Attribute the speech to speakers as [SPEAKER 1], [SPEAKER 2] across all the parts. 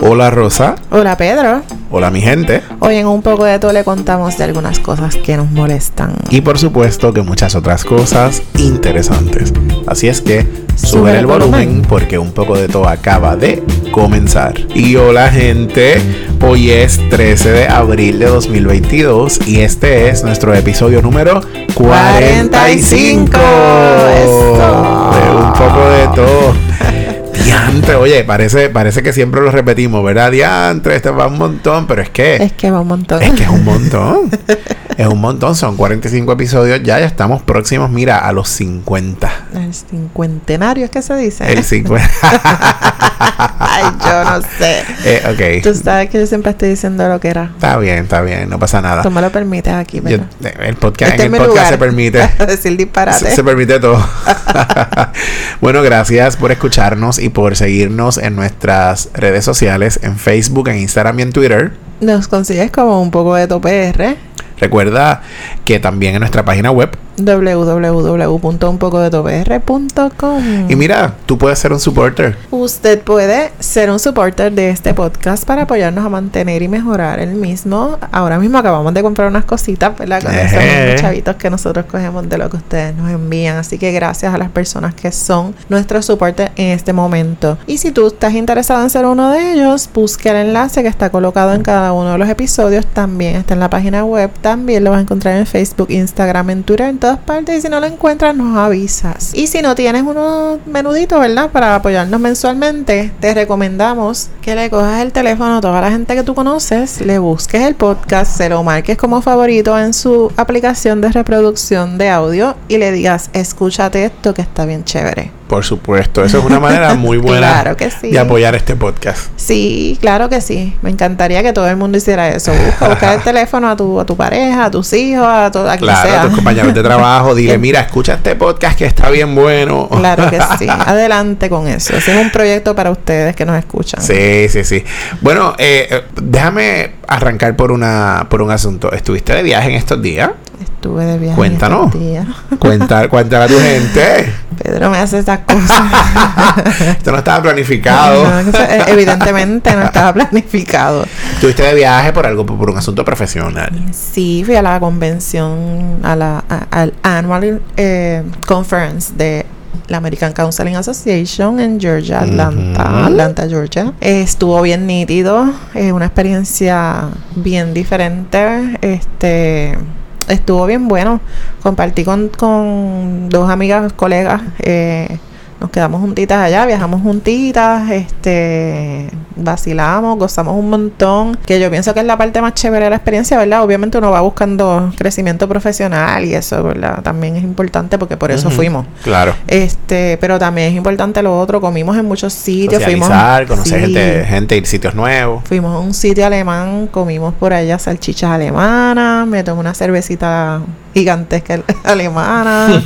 [SPEAKER 1] Hola Rosa.
[SPEAKER 2] Hola Pedro.
[SPEAKER 1] Hola mi gente.
[SPEAKER 2] Hoy en un poco de todo le contamos de algunas cosas que nos molestan.
[SPEAKER 1] Y por supuesto que muchas otras cosas interesantes. Así es que sube el volumen porque un poco de todo acaba de comenzar. Y hola gente, hoy es 13 de abril de 2022 y este es nuestro episodio número 45.
[SPEAKER 2] Eso.
[SPEAKER 1] De un poco de todo. Diantre, oye, parece, parece que siempre lo repetimos, ¿verdad? Diantre, este va un montón, pero es que
[SPEAKER 2] Es que va un montón.
[SPEAKER 1] es que es un montón. es un montón, son 45 episodios ya, ya estamos próximos, mira, a los 50.
[SPEAKER 2] El cincuentenario es que se dice.
[SPEAKER 1] El 50.
[SPEAKER 2] Ay, yo no sé.
[SPEAKER 1] Eh,
[SPEAKER 2] Tú
[SPEAKER 1] ok.
[SPEAKER 2] sabes que yo siempre estoy diciendo lo que era.
[SPEAKER 1] Está bien, está bien, no pasa nada.
[SPEAKER 2] Tú me lo permites aquí,
[SPEAKER 1] Yo-
[SPEAKER 2] ¿verdad?
[SPEAKER 1] eh, el podcast,
[SPEAKER 2] Este es
[SPEAKER 1] en
[SPEAKER 2] mi
[SPEAKER 1] el podcast
[SPEAKER 2] lugar.
[SPEAKER 1] se permite.
[SPEAKER 2] decir disparate.
[SPEAKER 1] Se, se permite todo. bueno, gracias por escucharnos y por seguirnos en nuestras redes sociales, en Facebook, en Instagram y en Twitter.
[SPEAKER 2] Nos consigues como un poco de tu PR.
[SPEAKER 1] Recuerda que también en nuestra página web.
[SPEAKER 2] www.unpocodetopr.com
[SPEAKER 1] Y mira, tú puedes ser un supporter.
[SPEAKER 2] Usted puede ser un supporter de este podcast para apoyarnos a mantener y mejorar el mismo. Ahora mismo acabamos de comprar unas cositas, ¿verdad? Con esos
[SPEAKER 1] Ejé.
[SPEAKER 2] mismos chavitos que nosotros cogemos de lo que ustedes nos envían. Así que gracias a las personas que son nuestro soporte en este momento. Y si tú estás interesado en ser uno de ellos, busca el enlace que está colocado en cada uno de los episodios. También está en la página web. También lo vas a encontrar en Facebook, Instagram, en Twitter, en todas partes. Y si no lo encuentras, nos avisas. Y si no tienes unos menuditos, ¿verdad? Para apoyarnos mensualmente, te recomendamos que le cojas el teléfono a toda la gente que tú conoces, le busques el podcast, se lo marques como favorito en su aplicación de reproducción de audio y le digas, escúchate esto que está bien chévere.
[SPEAKER 1] Por supuesto, eso es una manera muy buena
[SPEAKER 2] Claro que sí.
[SPEAKER 1] de apoyar este podcast.
[SPEAKER 2] Sí, claro que sí. Me encantaría que todo el mundo hiciera eso. Busca, busca el teléfono a tu, a tu pareja, a tus hijos, a, todo a quien
[SPEAKER 1] Claro,
[SPEAKER 2] sea.
[SPEAKER 1] a tus compañeros de trabajo, dile,
[SPEAKER 2] Bien.
[SPEAKER 1] mira, escucha este podcast que está bien bueno.
[SPEAKER 2] Claro que sí. Adelante con eso. Ese es un proyecto para ustedes que nos escuchan.
[SPEAKER 1] Sí, sí, sí. Bueno, eh, eh, déjame arrancar por una por un asunto. ¿Estuviste de viaje en estos días?
[SPEAKER 2] Estuve de viaje.
[SPEAKER 1] Cuéntanos.
[SPEAKER 2] estos días.
[SPEAKER 1] Cuenta, cuéntale a tu gente.
[SPEAKER 2] Pedro me hace esas cosas.
[SPEAKER 1] Esto no estaba
[SPEAKER 2] No,
[SPEAKER 1] planificado.
[SPEAKER 2] eso, eh, evidentemente no estaba planificado.
[SPEAKER 1] Estuviste de viaje por algo, por un asunto profesional.
[SPEAKER 2] Sí, fui a la convención, a la, a- al Annual eh, Conference de la American Counseling Association en Georgia, Atlanta,
[SPEAKER 1] Ujú.
[SPEAKER 2] Atlanta, Georgia. Eh, estuvo bien nítido, eh, una experiencia bien diferente. Este estuvo bien bueno. Compartí con, con dos amigas, colegas, eh, nos quedamos juntitas allá, viajamos juntitas, este, vacilamos, gozamos un montón, que yo pienso que es la parte más chévere de la experiencia, ¿verdad? Obviamente uno va buscando crecimiento profesional y eso, ¿verdad? También es importante porque por eso
[SPEAKER 1] Ujú.
[SPEAKER 2] fuimos.
[SPEAKER 1] Mm, Claro.
[SPEAKER 2] Este, pero también es importante lo otro, comimos en muchos sitios, fuimos
[SPEAKER 1] Socializar, conocer
[SPEAKER 2] sí.
[SPEAKER 1] gente, gente, ir a sitios nuevos.
[SPEAKER 2] Fuimos a un sitio alemán, comimos por allá salchichas alemanas, me tomé una cervecita gigantesca alemana,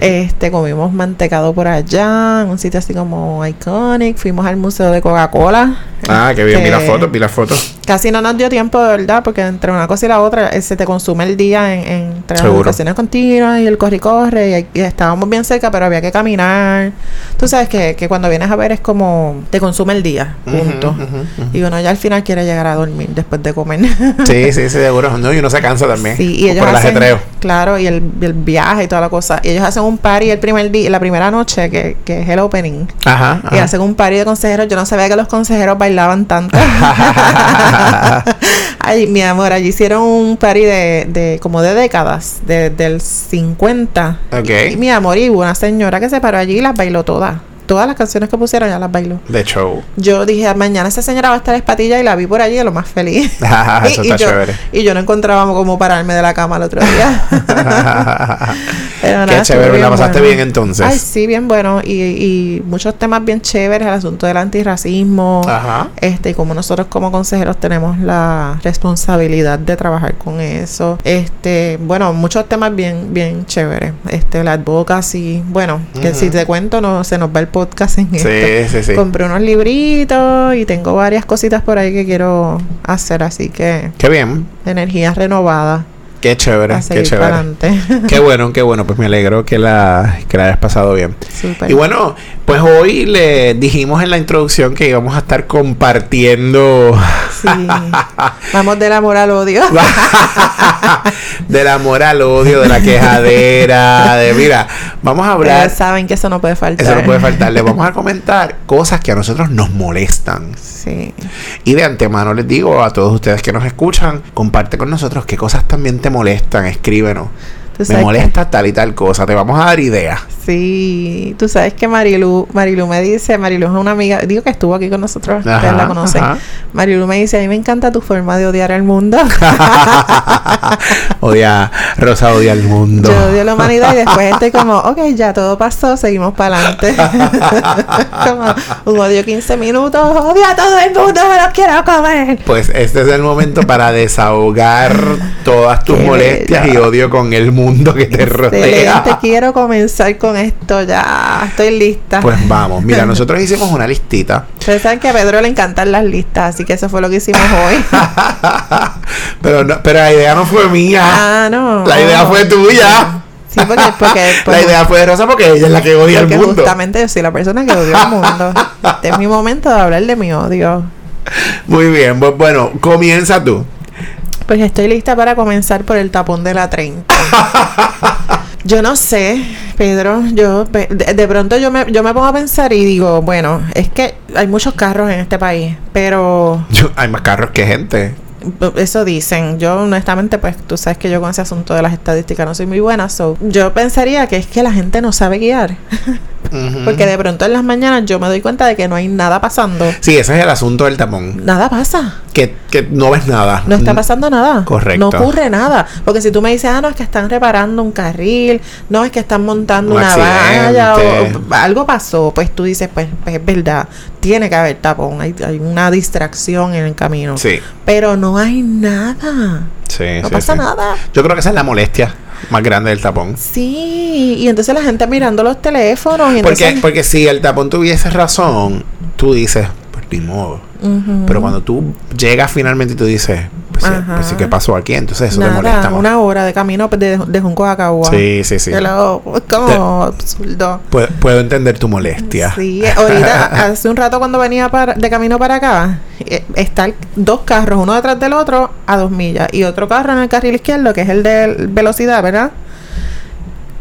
[SPEAKER 2] este, comimos mantecado por allá, en un sitio así como iconic, fuimos al museo de Coca-Cola.
[SPEAKER 1] Ah, qué bien. Vi las
[SPEAKER 2] Este,
[SPEAKER 1] fotos, vi las fotos.
[SPEAKER 2] Casi no nos dio tiempo, de verdad, porque entre una cosa y la otra eh, se te consume el día en, en- entre las
[SPEAKER 1] Seguro.
[SPEAKER 2] educaciones continuas y el corre y corre. Y, y estábamos bien cerca, pero había que caminar. Tú sabes que, que cuando vienes a ver es como te consume el día, punto.
[SPEAKER 1] Ujú, ujú, ujú.
[SPEAKER 2] Y uno ya al final quiere llegar a dormir después de comer.
[SPEAKER 1] Sí, sí, sí, seguro. No, y uno se cansa también.
[SPEAKER 2] Sí, y ellos
[SPEAKER 1] por el
[SPEAKER 2] hacen,
[SPEAKER 1] ajetreo.
[SPEAKER 2] Claro, y el, y el viaje y toda la cosa. Y ellos hacen un party el primer día, la primera noche, que, que es el opening.
[SPEAKER 1] Ajá.
[SPEAKER 2] Y
[SPEAKER 1] ajá.
[SPEAKER 2] hacen un party de consejeros. Yo no sabía que los consejeros bailaban tanto. Ay, mi amor, allí hicieron un party de, de como de décadas, de, del 50. Y,
[SPEAKER 1] Ok.
[SPEAKER 2] mi amor, y hubo una señora que se paró allí y las bailó todas. Todas las canciones que pusieron ya las bailó.
[SPEAKER 1] De show.
[SPEAKER 2] Yo dije, "Ah, mañana esa señora va a estar espatilla y la vi por allí de lo más feliz.
[SPEAKER 1] Ah, Eso está
[SPEAKER 2] yo,
[SPEAKER 1] chévere.
[SPEAKER 2] y yo no encontraba cómo pararme de la cama el otro día. Pero
[SPEAKER 1] Qué
[SPEAKER 2] nada, estuvo
[SPEAKER 1] chévere,
[SPEAKER 2] bien
[SPEAKER 1] la pasaste
[SPEAKER 2] bueno.
[SPEAKER 1] bien entonces.
[SPEAKER 2] Ay, sí, bien bueno. Y, y muchos temas bien chéveres, el asunto del antirracismo.
[SPEAKER 1] Ajá.
[SPEAKER 2] Este, y como nosotros como consejeros tenemos la responsabilidad de trabajar con eso. Este, bueno, muchos temas bien, bien chéveres. Este, la advocacy. Bueno, que
[SPEAKER 1] Ujú.
[SPEAKER 2] si te cuento, no se nos va el podcast en esto.
[SPEAKER 1] Sí, sí, sí.
[SPEAKER 2] Compré unos libritos y tengo varias cositas por ahí que quiero hacer, así que
[SPEAKER 1] Qué bien.
[SPEAKER 2] energías renovadas.
[SPEAKER 1] Qué chévere,
[SPEAKER 2] a
[SPEAKER 1] qué
[SPEAKER 2] seguir para
[SPEAKER 1] chévere.
[SPEAKER 2] adelante.
[SPEAKER 1] Qué bueno, qué bueno. Pues me alegro que la, que la hayas pasado bien.
[SPEAKER 2] Súper.
[SPEAKER 1] Y bueno, pues hoy le dijimos en la introducción que íbamos a estar compartiendo
[SPEAKER 2] Sí. Vamos del amor al odio.
[SPEAKER 1] del amor al odio, de la quejadera, de mira, vamos a
[SPEAKER 2] Ustedes
[SPEAKER 1] hablar,
[SPEAKER 2] saben que eso no puede faltar.
[SPEAKER 1] eso no puede faltar, le vamos a comentar cosas que a nosotros nos molestan.
[SPEAKER 2] Sí.
[SPEAKER 1] Y de antemano les digo a todos ustedes que nos escuchan, comparte con nosotros qué cosas también te molestan, escríbenos.
[SPEAKER 2] Tú sabes
[SPEAKER 1] Me
[SPEAKER 2] que-
[SPEAKER 1] molesta tal y tal cosa, te vamos a dar ideas.
[SPEAKER 2] Sí, tú sabes que Marilu, Marilu me dice, Marilu es una amiga, digo que estuvo aquí con nosotros, ustedes
[SPEAKER 1] Ajá,
[SPEAKER 2] la conocen.
[SPEAKER 1] ajá.
[SPEAKER 2] Marilu me dice, a mí me encanta tu forma de odiar al mundo.
[SPEAKER 1] odia, Rosa odia al mundo.
[SPEAKER 2] Yo odio la humanidad y después estoy como, ok, ya todo pasó, seguimos para adelante. como un odio 15 minutos, odio a todo el mundo, me los quiero comer.
[SPEAKER 1] Pues este es el momento para desahogar todas tus
[SPEAKER 2] Qué
[SPEAKER 1] molestias y
[SPEAKER 2] bello.
[SPEAKER 1] odio con el mundo que te rodea.
[SPEAKER 2] Excelente, quiero comenzar con esto ya, estoy lista.
[SPEAKER 1] Pues vamos, mira, nosotros hicimos una listita.
[SPEAKER 2] Ustedes saben que a Pedro le encantan las listas, así que eso fue lo que hicimos hoy.
[SPEAKER 1] pero, no- pero la idea no fue mía.
[SPEAKER 2] ah, no.
[SPEAKER 1] La idea fue tuya.
[SPEAKER 2] Sí, porque, porque
[SPEAKER 1] la idea fue de Rosa porque ella es la que odia al
[SPEAKER 2] pues porque
[SPEAKER 1] mundo.
[SPEAKER 2] justamente yo soy la persona que odia al mundo. Este es mi momento de hablar de mi odio.
[SPEAKER 1] Muy bien, pues bueno, comienza tú.
[SPEAKER 2] Pues estoy lista para comenzar por el tapón de la 30. Yo no sé, Pedro, yo pe- de, de pronto yo me, yo me pongo a pensar y digo, bueno, es que hay muchos carros en este país, pero
[SPEAKER 1] Yo- hay más carros que gente.
[SPEAKER 2] Eso dicen. Yo honestamente, pues tú sabes que yo con ese asunto de las estadísticas no soy muy buena. So, yo pensaría que es que la gente no sabe guiar.
[SPEAKER 1] Ujú.
[SPEAKER 2] Porque de pronto en las mañanas yo me doy cuenta de que no hay nada pasando.
[SPEAKER 1] Sí, ese es el asunto del tapón.
[SPEAKER 2] Nada pasa.
[SPEAKER 1] Que, que no ves nada.
[SPEAKER 2] No está pasando nada.
[SPEAKER 1] Correcto.
[SPEAKER 2] No ocurre nada. Porque si tú me dices, ah, no, es que están reparando un carril, no, es que están montando
[SPEAKER 1] Un
[SPEAKER 2] una
[SPEAKER 1] accidente.
[SPEAKER 2] valla, o, o algo pasó, pues tú dices, pues, pues es verdad, tiene que haber tapón, hay, hay una distracción en el camino.
[SPEAKER 1] Sí,
[SPEAKER 2] Pero no hay nada.
[SPEAKER 1] sí.
[SPEAKER 2] No
[SPEAKER 1] sí,
[SPEAKER 2] pasa
[SPEAKER 1] sí.
[SPEAKER 2] nada.
[SPEAKER 1] Yo creo que esa es la molestia más grande del tapón.
[SPEAKER 2] Sí, y entonces la gente mirando los teléfonos. Y
[SPEAKER 1] Porque,
[SPEAKER 2] entonces,
[SPEAKER 1] porque si el tapón tuviese razón, tú dices, pues ni modo.
[SPEAKER 2] Ujú.
[SPEAKER 1] Pero cuando tú llegas finalmente y tú dices, pues, sí,
[SPEAKER 2] Ajá.
[SPEAKER 1] pues sí, ¿qué pasó aquí? Entonces eso
[SPEAKER 2] Nada,
[SPEAKER 1] te molesta más.
[SPEAKER 2] una hora de camino de, de Junco a Cagua.
[SPEAKER 1] Sí, sí, sí.
[SPEAKER 2] Que lo- como absurdo.
[SPEAKER 1] Puedo, puedo entender tu molestia.
[SPEAKER 2] Sí, ahorita, hace un rato cuando venía para- de camino para acá, eh, están dos carros, uno detrás del otro, a dos millas, y otro carro en el carril izquierdo, que es el de velocidad, ¿verdad?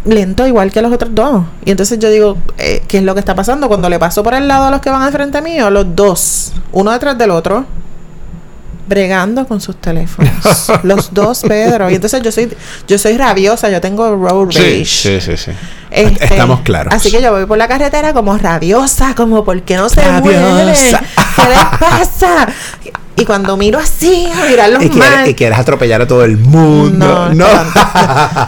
[SPEAKER 2] Lento igual que los otros dos. Y entonces yo digo, eh, ¿qué es lo que está pasando? Cuando le paso por el lado a los que van al frente mío, los dos, uno detrás del otro, bregando con sus teléfonos. los dos, Pedro. Y entonces yo soy, yo soy rabiosa, yo tengo road rage.
[SPEAKER 1] Sí, sí, sí, sí.
[SPEAKER 2] Este,
[SPEAKER 1] Estamos claros.
[SPEAKER 2] Así que yo voy por la carretera como rabiosa, como porque no se
[SPEAKER 1] Rabiosa.
[SPEAKER 2] mueve. ¿Qué les pasa? Y cuando miro así, a mirar los
[SPEAKER 1] Y
[SPEAKER 2] mal.
[SPEAKER 1] quieres, y quieres atropellar a todo el mundo.
[SPEAKER 2] No, no es
[SPEAKER 1] No.
[SPEAKER 2] para tanto, no es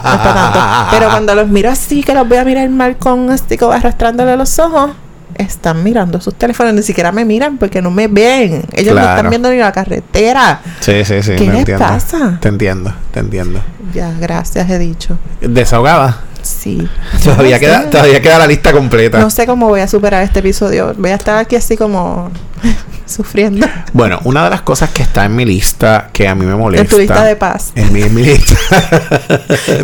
[SPEAKER 2] para tanto. Pero cuando los miro así, que los voy a mirar mal con estico arrastrándole los ojos, están mirando sus teléfonos, ni siquiera me miran porque no me ven. Ellos no
[SPEAKER 1] Claro.
[SPEAKER 2] están viendo ni la carretera.
[SPEAKER 1] Sí, sí, sí.
[SPEAKER 2] ¿Qué
[SPEAKER 1] me
[SPEAKER 2] les
[SPEAKER 1] entiendo.
[SPEAKER 2] pasa?
[SPEAKER 1] Te entiendo, te entiendo.
[SPEAKER 2] Ya, gracias, he dicho.
[SPEAKER 1] Desahogada.
[SPEAKER 2] Sí.
[SPEAKER 1] Todavía,
[SPEAKER 2] No
[SPEAKER 1] queda,
[SPEAKER 2] sé.
[SPEAKER 1] todavía queda la lista completa.
[SPEAKER 2] No sé cómo voy a superar este episodio. Voy a estar aquí así como sufriendo.
[SPEAKER 1] Bueno, una de las cosas que está en mi lista que a mí me molesta.
[SPEAKER 2] En tu lista de paz.
[SPEAKER 1] En mi, en mi lista.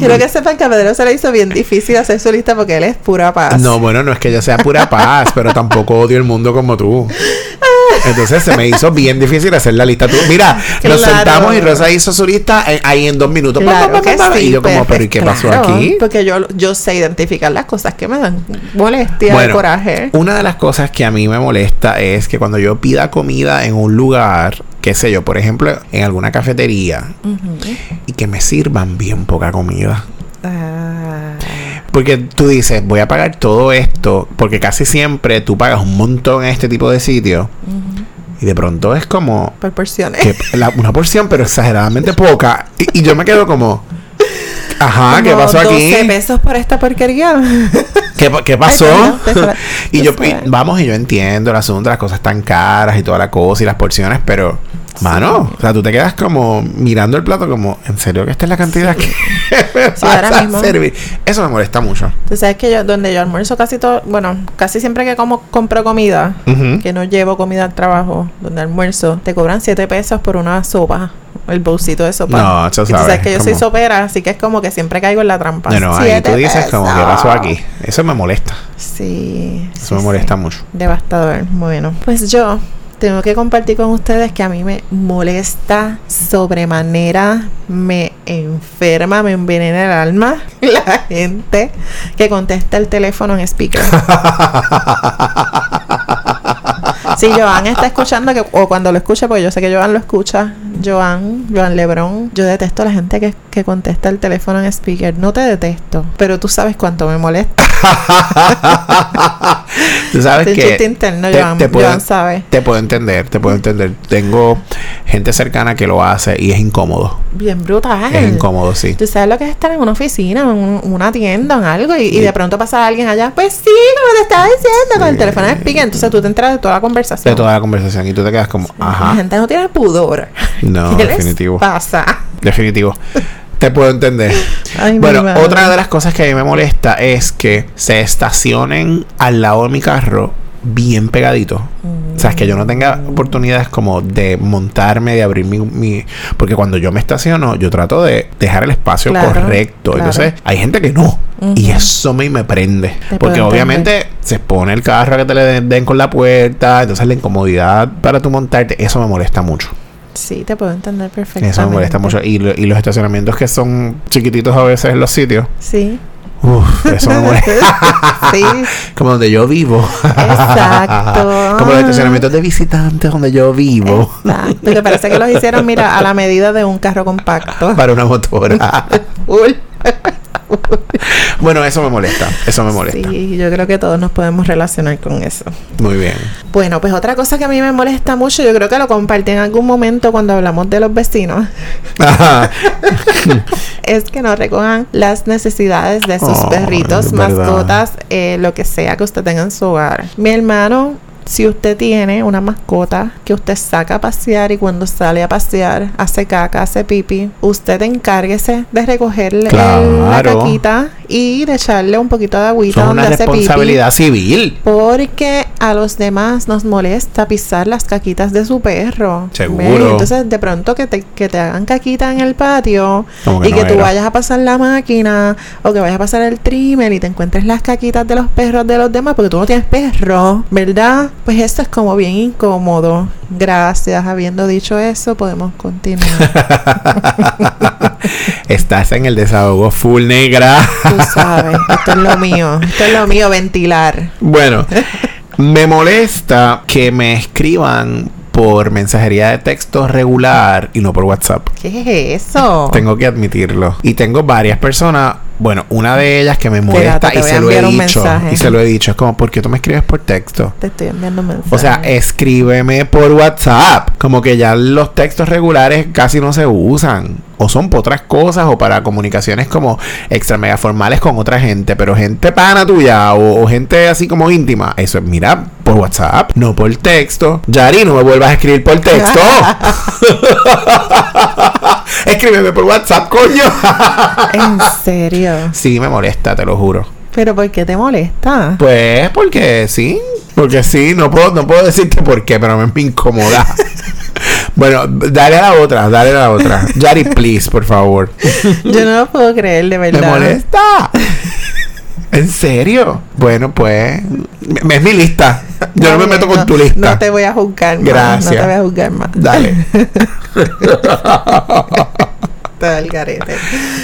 [SPEAKER 2] Quiero que sepan que a Pedro se le hizo bien difícil hacer su lista porque él es pura paz.
[SPEAKER 1] No, bueno, no es que yo sea pura paz, pero tampoco odio el mundo como tú. Entonces se me hizo bien difícil hacer la lista. Tú, mira, nos
[SPEAKER 2] Claro.
[SPEAKER 1] sentamos y Rosa hizo su lista eh, ahí en dos minutos. Pa, pa,
[SPEAKER 2] Claro
[SPEAKER 1] pa,
[SPEAKER 2] que
[SPEAKER 1] pa, pa.
[SPEAKER 2] sí,
[SPEAKER 1] y yo como, pero ¿y
[SPEAKER 2] pues,
[SPEAKER 1] qué pasó
[SPEAKER 2] claro,
[SPEAKER 1] aquí?
[SPEAKER 2] Porque yo, yo sé identificar las cosas que me dan molestia,
[SPEAKER 1] Bueno,
[SPEAKER 2] coraje.
[SPEAKER 1] Una de las cosas que a mí me molesta es que cuando yo pida comida en un lugar, qué sé yo, por ejemplo, en alguna cafetería,
[SPEAKER 2] Ujú.
[SPEAKER 1] y que me sirvan bien poca comida.
[SPEAKER 2] Ah,
[SPEAKER 1] Porque tú dices, voy a pagar todo esto, porque casi siempre tú pagas un montón en este tipo de sitios
[SPEAKER 2] ujú.
[SPEAKER 1] y de pronto es como
[SPEAKER 2] Por porciones.
[SPEAKER 1] que la- una porción, pero exageradamente poca. Y, y yo me quedo como, ajá, ¿qué
[SPEAKER 2] Como
[SPEAKER 1] pasó aquí?
[SPEAKER 2] 12 pesos por esta porquería.
[SPEAKER 1] ¿Qué, pa- qué pasó?
[SPEAKER 2] Ay, perdón, te fra-
[SPEAKER 1] y
[SPEAKER 2] te
[SPEAKER 1] yo,
[SPEAKER 2] fra-
[SPEAKER 1] y vamos, y yo entiendo el asunto, las cosas tan caras y toda la cosa y las porciones, pero, mano, o sea, tú te quedas como mirando el plato como, ¿en serio que esta es la cantidad que me vas
[SPEAKER 2] ahora
[SPEAKER 1] a
[SPEAKER 2] mismo.
[SPEAKER 1] servir? Eso me molesta mucho.
[SPEAKER 2] Tú sabes que yo, donde yo almuerzo casi todo, bueno, casi siempre que como compro comida,
[SPEAKER 1] Ujú.
[SPEAKER 2] que no llevo comida al trabajo, donde almuerzo, te cobran 7 pesos por una sopa. el bolsito de sopa.
[SPEAKER 1] No, eso
[SPEAKER 2] Y tú sabes
[SPEAKER 1] sabes,
[SPEAKER 2] que yo
[SPEAKER 1] como-
[SPEAKER 2] soy sopera, así que es como que siempre caigo en la trampa.
[SPEAKER 1] No, no, ahí
[SPEAKER 2] Siete
[SPEAKER 1] tú dices como que pasó
[SPEAKER 2] pesos.
[SPEAKER 1] aquí. Eso me molesta.
[SPEAKER 2] Sí.
[SPEAKER 1] Eso
[SPEAKER 2] sí,
[SPEAKER 1] me
[SPEAKER 2] sí.
[SPEAKER 1] molesta mucho.
[SPEAKER 2] Devastador. Bueno, pues yo tengo que compartir con ustedes que a mí me molesta sobremanera, me enferma, me envenena el alma la gente que contesta el teléfono en speaker. Si Joan está escuchando, que, o cuando lo escucha, porque yo sé que Joan lo escucha, Joan, Joan Lebrón, yo detesto a la gente que, que contesta el teléfono en speaker. No te detesto, pero tú sabes cuánto me molesta.
[SPEAKER 1] Tú sabes
[SPEAKER 2] Este
[SPEAKER 1] Pues que
[SPEAKER 2] chiste interno,
[SPEAKER 1] te-
[SPEAKER 2] Joan,
[SPEAKER 1] te puedo-
[SPEAKER 2] Joan sabe.
[SPEAKER 1] te puedo entender, te puedo entender. Tengo gente cercana que lo hace y es incómodo.
[SPEAKER 2] Bien brutal.
[SPEAKER 1] Es incómodo, sí.
[SPEAKER 2] Tú sabes lo que es estar en una oficina, en un- una tienda, en algo, y, y de pronto pasa alguien allá, pues sí, como te estaba diciendo, con el teléfono de speaker, entonces tú te enteras de toda la conversación.
[SPEAKER 1] De toda la conversación y tú te quedas como,
[SPEAKER 2] La
[SPEAKER 1] ajá,
[SPEAKER 2] gente no tiene pudor.
[SPEAKER 1] No,
[SPEAKER 2] ¿Qué les
[SPEAKER 1] definitivo.
[SPEAKER 2] pasa?
[SPEAKER 1] definitivo. Te puedo entender.
[SPEAKER 2] Ay, mi
[SPEAKER 1] Bueno,
[SPEAKER 2] madre.
[SPEAKER 1] otra de las cosas que a mí me molesta es que se estacionen al lado de mi carro bien pegadito.
[SPEAKER 2] Mm.
[SPEAKER 1] O sea, es que yo no tenga oportunidades como de montarme, de abrir mi, mi- Porque cuando yo me estaciono, yo trato de dejar el espacio
[SPEAKER 2] Claro,
[SPEAKER 1] correcto.
[SPEAKER 2] claro.
[SPEAKER 1] Entonces, hay gente que no. Y
[SPEAKER 2] Ujú.
[SPEAKER 1] eso a mí me prende.
[SPEAKER 2] Te
[SPEAKER 1] Porque
[SPEAKER 2] puedo
[SPEAKER 1] obviamente se pone el carro a que te le den, den con la puerta. Entonces, la incomodidad para tu montarte, eso me molesta mucho.
[SPEAKER 2] Mm. Sí, te puedo entender perfectamente.
[SPEAKER 1] Eso me molesta mucho. Y, lo- y los estacionamientos que son chiquititos a veces en los sitios.
[SPEAKER 2] Sí.
[SPEAKER 1] Uf, eso me molesta.
[SPEAKER 2] sí,
[SPEAKER 1] Como donde yo vivo.
[SPEAKER 2] Exacto.
[SPEAKER 1] Como los estacionamientos de visitantes donde yo vivo.
[SPEAKER 2] exacto. Que parece que los hicieron, mira, a la medida de un carro compacto.
[SPEAKER 1] Para una motora.
[SPEAKER 2] Full.
[SPEAKER 1] bueno, eso me molesta. Eso me molesta.
[SPEAKER 2] Sí, yo creo que todos nos podemos relacionar con eso.
[SPEAKER 1] Muy bien.
[SPEAKER 2] Bueno, pues otra cosa que a mí me molesta mucho, yo creo que lo compartí en algún momento cuando hablamos de los vecinos,
[SPEAKER 1] Ajá.
[SPEAKER 2] es que no recojan las necesidades de sus
[SPEAKER 1] Oh,
[SPEAKER 2] perritos,
[SPEAKER 1] es verdad.
[SPEAKER 2] mascotas, eh, lo que sea que usted tenga en su hogar. Mi hermano, si usted tiene una mascota que usted saca a pasear y cuando sale a pasear hace caca, hace pipi, usted encárguese de recogerle el- la
[SPEAKER 1] Claro.
[SPEAKER 2] caquita y de echarle un poquito de
[SPEAKER 1] Eso
[SPEAKER 2] agüita
[SPEAKER 1] es
[SPEAKER 2] donde
[SPEAKER 1] una
[SPEAKER 2] hace pipi.
[SPEAKER 1] responsabilidad civil.
[SPEAKER 2] Porque a los demás nos molesta pisar las caquitas de su perro.
[SPEAKER 1] Seguro.
[SPEAKER 2] ¿Ves? Entonces, de pronto que te, que te hagan caquita en el patio
[SPEAKER 1] Como
[SPEAKER 2] y
[SPEAKER 1] no
[SPEAKER 2] que tú
[SPEAKER 1] era.
[SPEAKER 2] vayas a pasar la máquina o que vayas a pasar el trimmer y te encuentres las caquitas de los perros de los demás porque tú no tienes perro, ¿verdad? Pues esto es como bien incómodo. Gracias, habiendo dicho eso, podemos continuar.
[SPEAKER 1] Estás en el desahogo full negra.
[SPEAKER 2] tú sabes, esto es lo mío. Esto es lo mío, ventilar.
[SPEAKER 1] Bueno, me molesta que me escriban por mensajería de texto regular y no por WhatsApp.
[SPEAKER 2] ¿Qué es eso?
[SPEAKER 1] Tengo que admitirlo. Y tengo varias personas. Bueno, una de ellas que me molesta y
[SPEAKER 2] Espérate, te voy
[SPEAKER 1] se
[SPEAKER 2] a
[SPEAKER 1] lo he
[SPEAKER 2] enviar un
[SPEAKER 1] dicho.
[SPEAKER 2] mensaje.
[SPEAKER 1] Y se lo he dicho. Es como, ¿por qué tú me escribes por texto?
[SPEAKER 2] Te estoy enviando un mensaje.
[SPEAKER 1] O sea, eh, escríbeme por WhatsApp. Como que ya los textos regulares casi no se usan. O son para otras cosas o para comunicaciones como extra mega formales con otra gente. Pero gente pana tuya o, o gente así como íntima. Eso es, mira, por WhatsApp, no por texto. Yari, no me vuelvas a escribir por texto. Escríbeme por WhatsApp, coño.
[SPEAKER 2] En serio.
[SPEAKER 1] sí, me molesta, te lo juro.
[SPEAKER 2] ¿Pero por qué te molesta?
[SPEAKER 1] Pues porque sí, porque sí, no puedo, no puedo decirte por qué, pero me, me incomoda. bueno, dale a la otra, dale a la otra. Yari, please, por favor.
[SPEAKER 2] Yo no lo puedo creer, de
[SPEAKER 1] ¿Me
[SPEAKER 2] verdad.
[SPEAKER 1] molesta? ¿En serio? Bueno, pues me- me- es mi lista. Yo no me
[SPEAKER 2] Está
[SPEAKER 1] meto
[SPEAKER 2] bien,
[SPEAKER 1] con tu
[SPEAKER 2] no-
[SPEAKER 1] lista.
[SPEAKER 2] No te voy a juzgar más.
[SPEAKER 1] Gracias.
[SPEAKER 2] No te voy a juzgar más.
[SPEAKER 1] Dale.
[SPEAKER 2] Te da el garete.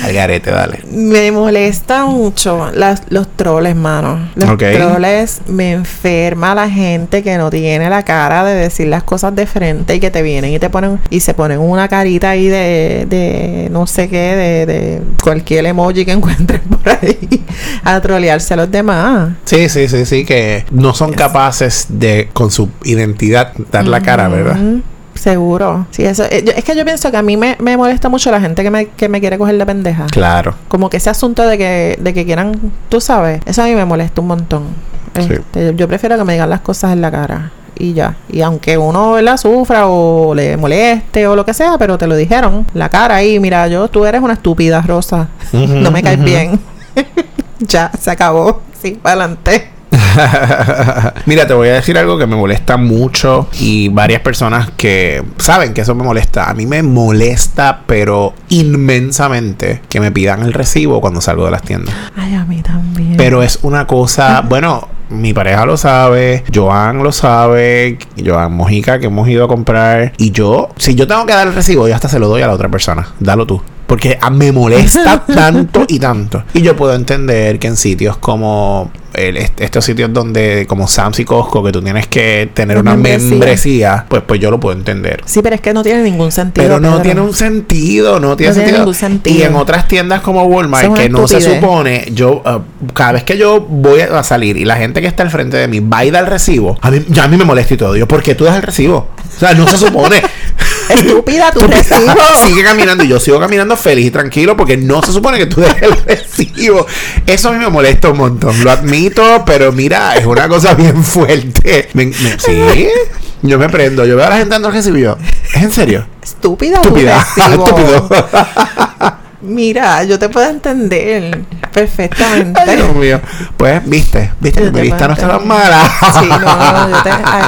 [SPEAKER 1] Al garete, dale.
[SPEAKER 2] Me molesta mucho las, los troles, mano. Los
[SPEAKER 1] Ok.
[SPEAKER 2] troles me enferma la gente que no tiene la cara de decir las cosas de frente y que te vienen y te ponen y se ponen una carita ahí de, de no sé qué, de, de cualquier emoji que encuentren por ahí a trolearse a los demás.
[SPEAKER 1] Sí, sí, sí, sí, que no son capaces de, con su identidad, dar la cara, ¿verdad?
[SPEAKER 2] Ujú, Seguro. Sí, eso. eh, yo- es que yo pienso que a mí me, me molesta mucho la gente que me, que me quiere coger la pendeja.
[SPEAKER 1] Claro.
[SPEAKER 2] Como que ese asunto de que, de que quieran, tú sabes, eso a mí me molesta un montón.
[SPEAKER 1] Sí.
[SPEAKER 2] Este, Yo prefiero que me digan las cosas en la cara y ya. Y aunque uno la sufra o le moleste o lo que sea, pero te lo dijeron, la cara ahí, mira, yo tú eres una estúpida, Rosa.
[SPEAKER 1] Ujú,
[SPEAKER 2] no me caes
[SPEAKER 1] ujú.
[SPEAKER 2] bien. ya, se acabó. Sí, para adelante.
[SPEAKER 1] Mira, te voy a decir algo que me molesta mucho y varias personas que saben que eso me molesta. A mí me molesta, pero inmensamente, que me pidan el recibo cuando salgo de las tiendas.
[SPEAKER 2] Ay, a mí también.
[SPEAKER 1] Pero es una cosa, bueno, mi pareja lo sabe, Joan lo sabe, Joan Mojica que hemos ido a comprar. Y yo, si yo tengo que dar el recibo, yo hasta se lo doy a la otra persona. Dalo tú. Porque a- me molesta tanto y tanto. Y yo puedo entender que en sitios como el- est- estos sitios donde, como Sams y Costco, que tú tienes que tener
[SPEAKER 2] La
[SPEAKER 1] una
[SPEAKER 2] membresía.
[SPEAKER 1] membresía, pues, pues yo lo puedo entender.
[SPEAKER 2] Sí, pero es que no tiene ningún sentido.
[SPEAKER 1] Pero no
[SPEAKER 2] Pedro.
[SPEAKER 1] tiene un sentido, no tiene,
[SPEAKER 2] No tiene
[SPEAKER 1] sentido.
[SPEAKER 2] ningún sentido.
[SPEAKER 1] Y en otras tiendas como
[SPEAKER 2] Eso es
[SPEAKER 1] Walmart,
[SPEAKER 2] una
[SPEAKER 1] que no se
[SPEAKER 2] estupidez.
[SPEAKER 1] supone, yo, ah, cada vez que yo voy a salir y la gente que está al frente de mí va y da el recibo, a mí, ya a mí me molesta y todo. Yo, ¿por qué tú das el recibo? O sea, no se supone.
[SPEAKER 2] Estúpida tu
[SPEAKER 1] Tú piensas,
[SPEAKER 2] recibo.
[SPEAKER 1] Sigue caminando y yo sigo caminando feliz y tranquilo porque no se supone que tú des el recibo. Eso a mí me molesta un montón, lo admito, pero mira, es una cosa bien fuerte. Me- me- sí, yo me prendo, yo veo a la gente dando el recibo y yo, ¿es en serio?
[SPEAKER 2] Estúpida tu
[SPEAKER 1] Estúpida,
[SPEAKER 2] recibo.
[SPEAKER 1] estúpido.
[SPEAKER 2] Mira, yo te puedo entender perfectamente.
[SPEAKER 1] Ay, Dios mío. Pues, viste, viste que
[SPEAKER 2] Yo te
[SPEAKER 1] mi lista
[SPEAKER 2] puedo
[SPEAKER 1] no está tan
[SPEAKER 2] entender.
[SPEAKER 1] mala.
[SPEAKER 2] Sí, no, no, yo te- ay,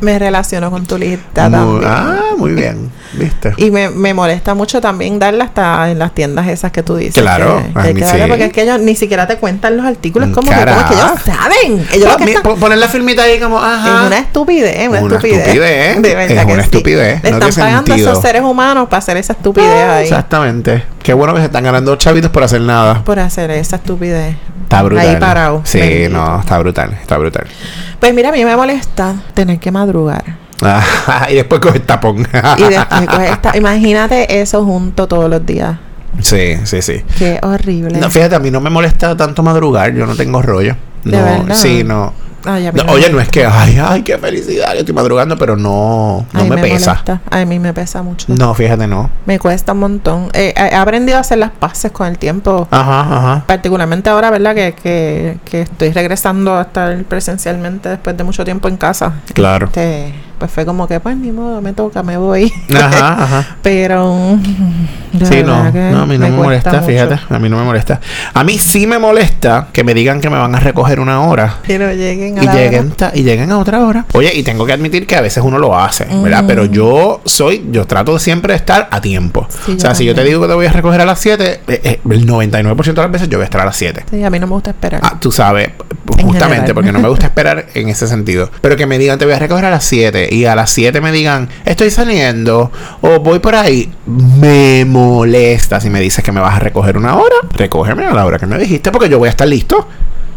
[SPEAKER 2] me relaciono con tu lista
[SPEAKER 1] Muy,
[SPEAKER 2] también.
[SPEAKER 1] ah, muy bien, viste.
[SPEAKER 2] Y me, me molesta mucho también darla hasta en las tiendas esas que tú dices.
[SPEAKER 1] Claro,
[SPEAKER 2] que- que
[SPEAKER 1] a
[SPEAKER 2] hay
[SPEAKER 1] mí
[SPEAKER 2] que darla
[SPEAKER 1] sí.
[SPEAKER 2] porque es que ellos ni siquiera te cuentan los artículos. Como que,
[SPEAKER 1] Cara.
[SPEAKER 2] como que ellos saben. Ellos lo
[SPEAKER 1] Pon-
[SPEAKER 2] que
[SPEAKER 1] Ah, mi-
[SPEAKER 2] están-
[SPEAKER 1] pon- Poner la firmita ahí como,
[SPEAKER 2] Es
[SPEAKER 1] ajá.
[SPEAKER 2] una estupidez, una,
[SPEAKER 1] Una
[SPEAKER 2] estupidez.
[SPEAKER 1] estupidez,
[SPEAKER 2] De verdad
[SPEAKER 1] es
[SPEAKER 2] que
[SPEAKER 1] una
[SPEAKER 2] sí.
[SPEAKER 1] estupidez,
[SPEAKER 2] Le
[SPEAKER 1] no
[SPEAKER 2] están
[SPEAKER 1] tiene
[SPEAKER 2] pagando a
[SPEAKER 1] sentido. Ah,
[SPEAKER 2] esos seres humanos para hacer esa estupidez ahí.
[SPEAKER 1] Exactamente. Qué bueno que se están ganando chavitos por hacer nada.
[SPEAKER 2] Por hacer esa estupidez.
[SPEAKER 1] Está brutal.
[SPEAKER 2] Ahí parado.
[SPEAKER 1] Sí,
[SPEAKER 2] Bendito.
[SPEAKER 1] no, está brutal, está brutal.
[SPEAKER 2] Pues mira, a mí me molesta tener que madrugar.
[SPEAKER 1] Ajá, y después coge el tapón.
[SPEAKER 2] Y
[SPEAKER 1] ah,
[SPEAKER 2] ah. después coger esta. Imagínate eso junto todos los días.
[SPEAKER 1] sí, sí, sí.
[SPEAKER 2] Qué horrible.
[SPEAKER 1] No, fíjate, a mí no me molesta tanto madrugar, yo no tengo rollo.
[SPEAKER 2] ¿De
[SPEAKER 1] no,
[SPEAKER 2] verdad?
[SPEAKER 1] sí, no.
[SPEAKER 2] Ay, a mí
[SPEAKER 1] No,
[SPEAKER 2] me
[SPEAKER 1] oye, no es que, ay, ay, qué felicidad, yo estoy madrugando, pero no, no
[SPEAKER 2] a mí
[SPEAKER 1] me, pesa.
[SPEAKER 2] molesta. A mí me pesa mucho.
[SPEAKER 1] No, fíjate, no.
[SPEAKER 2] Me cuesta un montón. Eh, he aprendido a hacer las paces con el tiempo.
[SPEAKER 1] Ajá, ajá.
[SPEAKER 2] Particularmente ahora, ¿verdad? Que, que, que estoy regresando a estar presencialmente después de mucho tiempo en casa.
[SPEAKER 1] Claro.
[SPEAKER 2] Este, pues fue como que, pues ni modo, me toca, me voy.
[SPEAKER 1] Ajá, ajá.
[SPEAKER 2] Pero. mm, de
[SPEAKER 1] Sí,
[SPEAKER 2] verdad
[SPEAKER 1] no,
[SPEAKER 2] que
[SPEAKER 1] no, a mí no me,
[SPEAKER 2] cuesta
[SPEAKER 1] molesta,
[SPEAKER 2] mucho.
[SPEAKER 1] fíjate, a mí no me molesta. A mí sí me molesta que me digan que me van a recoger una hora
[SPEAKER 2] Pero lleguen a
[SPEAKER 1] y
[SPEAKER 2] la hora.
[SPEAKER 1] lleguen, ta- y lleguen a otra hora. Oye, y tengo que admitir que a veces uno lo hace, ¿verdad?
[SPEAKER 2] Mm.
[SPEAKER 1] Pero yo soy, yo trato siempre de estar a tiempo.
[SPEAKER 2] Sí,
[SPEAKER 1] o
[SPEAKER 2] yo
[SPEAKER 1] sea, si yo te
[SPEAKER 2] también.
[SPEAKER 1] digo que te voy a recoger a las 7, eh, eh, el 99% de las veces yo voy a estar a las 7.
[SPEAKER 2] Sí, a mí no me gusta esperar.
[SPEAKER 1] Ah, tú sabes,
[SPEAKER 2] En
[SPEAKER 1] justamente,
[SPEAKER 2] general.
[SPEAKER 1] porque no me gusta esperar en ese sentido. Pero que me digan, te voy a recoger a las 7 y a las 7 me digan, estoy saliendo o voy por ahí, me molesta si me dices que me vas a recoger una hora. Recógeme a la hora que me dijiste porque yo voy a estar listo.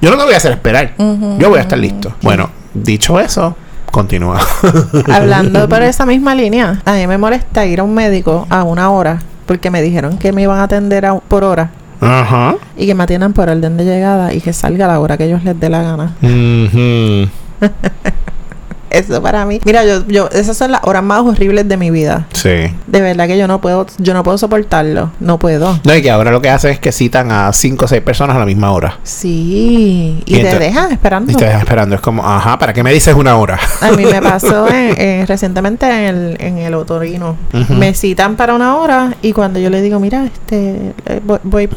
[SPEAKER 1] Yo no te voy a hacer esperar.
[SPEAKER 2] Ujú.
[SPEAKER 1] Yo voy a estar listo. Bueno, dicho eso, continúa.
[SPEAKER 2] Hablando por esa misma línea, a mí me molesta ir a un médico a una hora porque me dijeron que me iban a atender a- por hora
[SPEAKER 1] Ajá.
[SPEAKER 2] y que me atiendan por orden de llegada y que salga a la hora que ellos les dé la gana.
[SPEAKER 1] Ujú.
[SPEAKER 2] Eso para mí. Mira, yo, yo, esas son las horas más horribles de mi vida.
[SPEAKER 1] Sí.
[SPEAKER 2] De verdad que yo no puedo, yo no puedo soportarlo. No puedo.
[SPEAKER 1] No, y que ahora lo que hacen es que citan a 5 o 6 personas a la misma hora.
[SPEAKER 2] Sí. Y,
[SPEAKER 1] Y
[SPEAKER 2] te
[SPEAKER 1] entonces-
[SPEAKER 2] dejan esperando.
[SPEAKER 1] Y te dejan esperando. Es como, ajá, ¿para qué me dices una hora?
[SPEAKER 2] A mí me pasó en- en- recientemente en el, en el otorino.
[SPEAKER 1] Ujú.
[SPEAKER 2] Me citan para una hora y cuando yo le digo, mira, este, eh, voy, voy-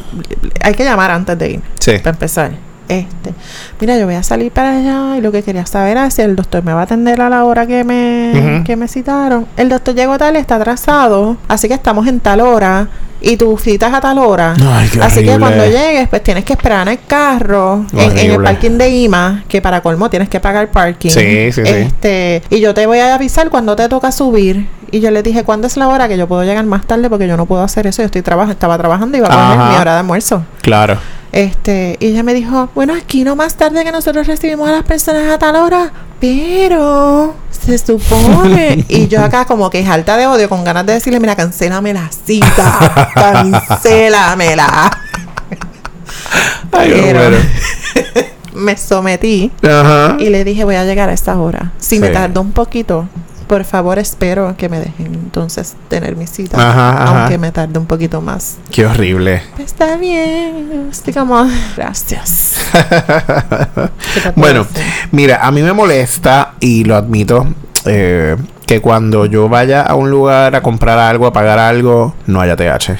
[SPEAKER 2] hay que llamar antes de ir,
[SPEAKER 1] Sí.
[SPEAKER 2] para empezar. Este, mira, yo voy a salir para allá y lo que quería saber era si el doctor me va a atender a la hora que me,
[SPEAKER 1] Ujú.
[SPEAKER 2] que me citaron. El doctor llegó tal, está atrasado, así que estamos en tal hora y tú citas a tal hora.
[SPEAKER 1] Ay, qué
[SPEAKER 2] Así que cuando
[SPEAKER 1] horrible.
[SPEAKER 2] llegues, pues tienes que esperar en el carro, en, en el
[SPEAKER 1] Horrible.
[SPEAKER 2] parking de IMA, que para colmo tienes que pagar parking.
[SPEAKER 1] Sí, sí, sí.
[SPEAKER 2] Este, y yo te voy a avisar cuando te toca subir. Y yo le dije, ¿cuándo es la hora que yo puedo llegar más tarde? Porque yo no puedo hacer eso. Yo estoy trabajando, estaba trabajando y iba a comer
[SPEAKER 1] Ajá.
[SPEAKER 2] mi hora de almuerzo.
[SPEAKER 1] Claro.
[SPEAKER 2] Este, y ella me dijo, bueno, aquí no más tarde que nosotros recibimos a las personas a tal hora, pero se supone. y yo acá como que es alta de odio, con ganas de decirle, mira, cancélame la cita, cancélamela.
[SPEAKER 1] Ay, yo
[SPEAKER 2] Pero-
[SPEAKER 1] muero.
[SPEAKER 2] me sometí
[SPEAKER 1] Ajá.
[SPEAKER 2] y le dije, voy a llegar a esta hora. Si me
[SPEAKER 1] Sí.
[SPEAKER 2] tardo un poquito, por favor espero que me dejen entonces tener mi cita,
[SPEAKER 1] Ajá, ajá.
[SPEAKER 2] aunque me tarde un poquito más. Pues,
[SPEAKER 1] Qué horrible.
[SPEAKER 2] Está bien, estoy como, "Ah, gracias. ¿Qué te puedo
[SPEAKER 1] bueno,
[SPEAKER 2] hacer?
[SPEAKER 1] mira, a mí me molesta y lo admito. eh, que cuando yo vaya a un lugar a comprar algo, a pagar algo, no haya TH.